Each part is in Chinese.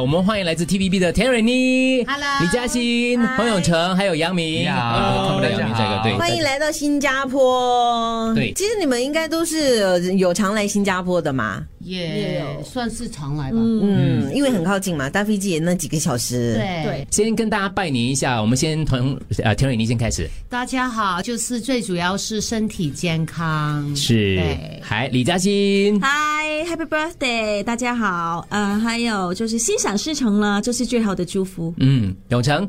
我们欢迎来自 TVB 的田蕊妮、 Hello 李嘉欣、 Hi 黄永成，还有杨明。呀呃看不到杨明这个，对，欢迎来到新加坡。对其实你们应该都是呃有常来新加坡的嘛。也算是常来吧。嗯，因为很靠近嘛，搭飞机也那几个小时。，对对，先跟大家拜年一下，我们先从呃田蕊妮先开始，大家好，就是最主要是身体健康。是对，还李嘉欣，嗨，Happy Birthday，大家好。呃，还有就是心想事成了，就是最好的祝福。嗯，永成，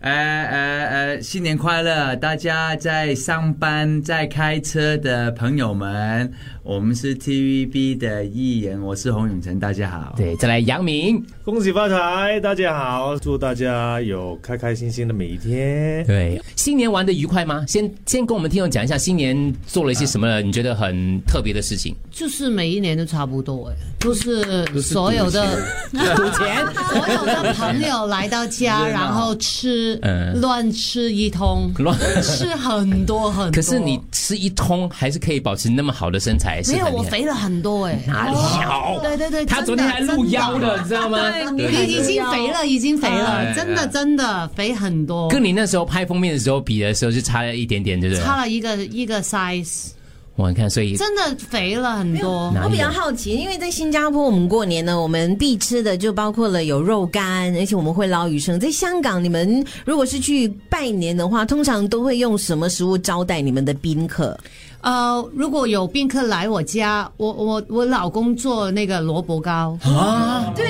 呃呃呃，新年快乐！大家在上班、在开车的朋友们，我们是 TVB 的艺人，我是洪永成，大家好。对，再来杨明，恭喜发财，大家好，祝大家有开开心心的每一天。对，新年玩的愉快吗？先先跟我们听众讲一下，新年做了一些什么你觉得很特别的事 情？就是每一年都差不多哎，就是所有的赌钱，所有的朋友来 到家，热闹然后吃啊嗯乱吃一通，乱吃很多很多。可是你吃一通还是可以保持那么好的身材，是没有很我厉害。肥了很多哎，哪里好对对对，他昨天还露腰的。的，知道吗？真的已已经肥了，已经肥了，哎真的真的肥很多，跟你那时候拍封面的时候比的时候，就差了一点点，对不啊对？差了一个一个 size，哇，你看，所以真的肥了很多。哪里啊我比较有？好奇，因为在新加坡我们过年呢，我们必吃的就包括了有肉干，而且我们会捞鱼生。在香港，你们如果是去拜年的话，通常都会用什么食物招待你们的宾客？呃，如果有宾客来我家，我我我老公做那个萝卜糕啊，对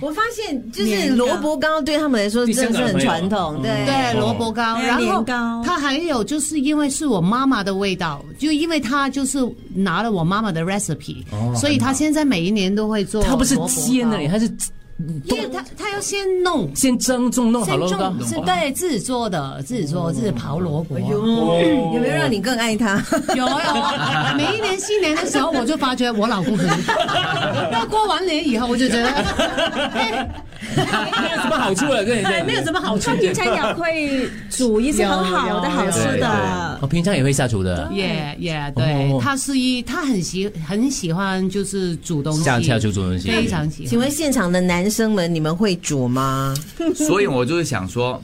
我发现就是萝卜糕对他们来说对真的是很传香统，对对萝卜糕，还有然后哎年糕它还有就是因为是我妈妈的味道，就因为她就是拿了我妈妈的 recipe，、所以她现在每一年都会做萝它卜哦不糕。是煎的，它是因为她她要先弄。先蒸粽弄好先了，种弄是对自己做的，自己做自己刨萝卜。啊哎有没有让你更爱他？有有，每一年新年的时候，我就发觉我老公很，那过完年以后，我就觉得， 哎 没有什么好处了，跟你讲，没有什么好处他。平常也会煮一些很好的好吃的，哦我平常也会下厨的，也也对哦，他是一，他很喜很喜欢就是煮东西，下下厨煮东西，非常喜 请欢。问现场的男生们，你们会煮吗？所以我就是想说，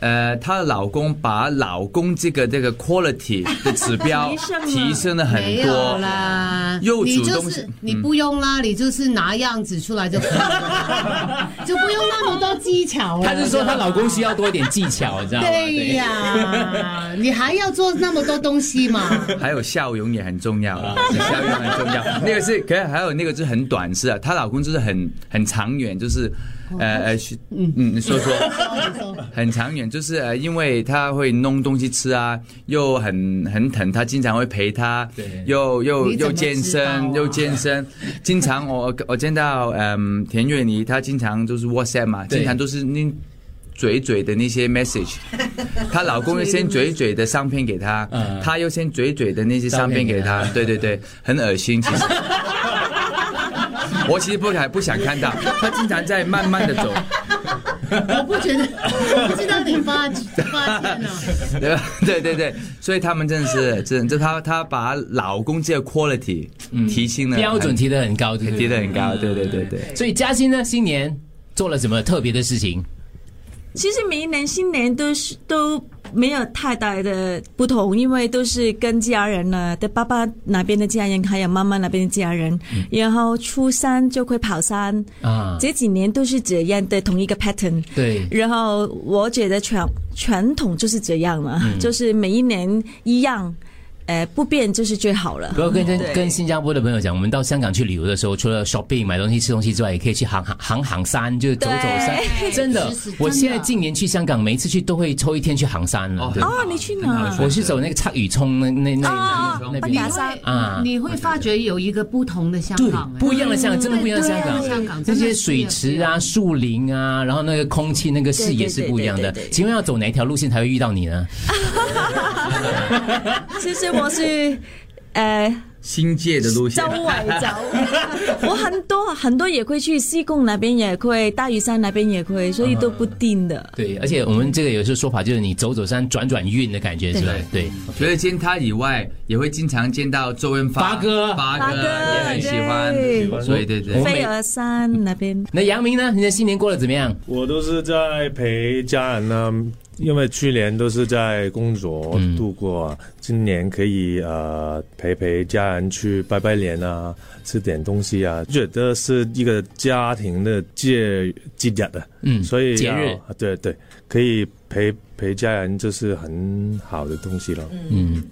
呃，她的老公把老公这个这个 quality 的指标提升了提升了很没有多。啦，又你煮就东西是嗯你不用啦，你就是拿样子出来就可以 了，就不用那么多技巧了。她是说她老公需要多一点技巧，你知道吗？对呀、你还要做那么多东西嘛？还有笑容也很重要，笑容很重要。那个是，可是还有那个就是很短视啊，她老公就是很很长远，就是，哦呃呃，是嗯嗯，你说说。很长远，就是呃，因为他会弄东西吃啊，又很很疼他，经常会陪他，又又你怎又么健知道啊身，又健身，经常我我见到嗯田月妮，她经常就是 WhatsApp 嘛，对经常都是那嘴嘴的那些 message，她老公又先嘴嘴的相片给她嗯，她又先嘴嘴的那些相片给她，对对对，很恶心其 实。我其实不还不想看到，她经常在慢慢的走，我不 觉得，我不知道你发发现了、对吧？ 对对对，所以他们真的是，真的，就他他把老公这个 quality 提升了很嗯标准提得很高，对不对提得很高，对对对对。所以嘉欣呢，新年做了什么特别的事情？其实每一年新年都是都没有太大的不同，因为都是跟家人呢，的爸爸那边的家人，还有妈妈那边的家人，然后初三就会跑山啊这几年都是这样的同一个 pattern。对然后我觉得传传统就是这样了，就是每一年一样，呃，不变就是最好了不。要跟跟跟新加坡的朋友讲，我们到香港去旅游的时候，除了 shopping 买东西、吃东西之外，也可以去行行行行山，就是走走山。真的是是，我真的现在近年去香港，每一次去都会抽一天去行山了哦。对很好哦，你去很好哪？说我是走那个赤雨冲那那那啊那笨边达山啊你会发觉有一个不同的香对港、，哎不一样的香港，真的不一样的对香对港。对香港那真的些是水池啊、有树林啊，然后那个空气、那个视野对对是对不一样的对对。对请问要走哪一条路线才会遇到你呢？其实我是，呃，新界的路线周，围走， 我很多很多也会去西贡那边，也会大屿山那边也会，所以都不定的。对，而且我们这个有时候说法就是你走走山转转运的感觉是吧？对，除了见他以外，也会经常见到周润发发哥发发哥哥也很喜欢，对所以对对我。飞鹅山那边，那杨明呢？你的新年过得怎么样？我都是在陪家人呢、因为去年都是在工作度过啊，今年可以呃陪陪家人去拜拜年啊，吃点东西啊，觉得是一个家庭的节节日啊的，嗯所以节要日对对，可以陪陪家人，这是很好的东西了。嗯。